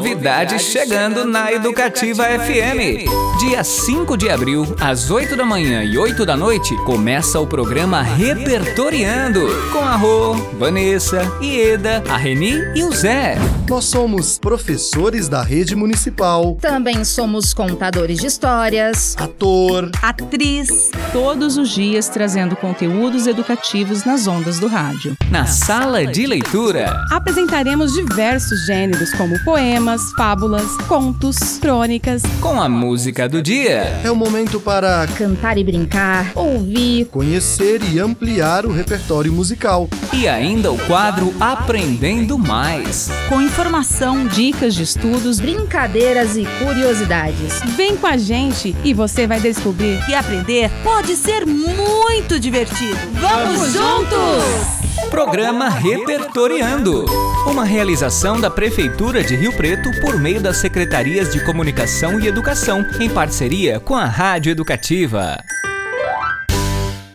Novidades chegando na Educativa FM. Dia 5 de abril, às 8 da manhã e 8 da noite, começa o programa Repertoriando com a Rô, Vanessa, Ieda, a Reni e o Zé. Nós somos professores da rede municipal, Também somos contadores de histórias. ator, atriz, todos os dias trazendo conteúdos educativos nas ondas do rádio. Na sala de leitura, Apresentaremos diversos gêneros como poemas, fábulas, contos, crônicas. com a música do dia. é o momento para Cantar e brincar, ouvir, conhecer e ampliar o repertório musical. E ainda o quadro Aprendendo Mais. Com informação, dicas de estudos. brincadeiras e curiosidades. Vem com a gente e você vai descobrir. E aprender pode ser muito divertido. Vamos juntos! Programa Repertoriando. Uma realização da Prefeitura de Rio Preto por meio das Secretarias de Comunicação e Educação, em parceria com a Rádio Educativa.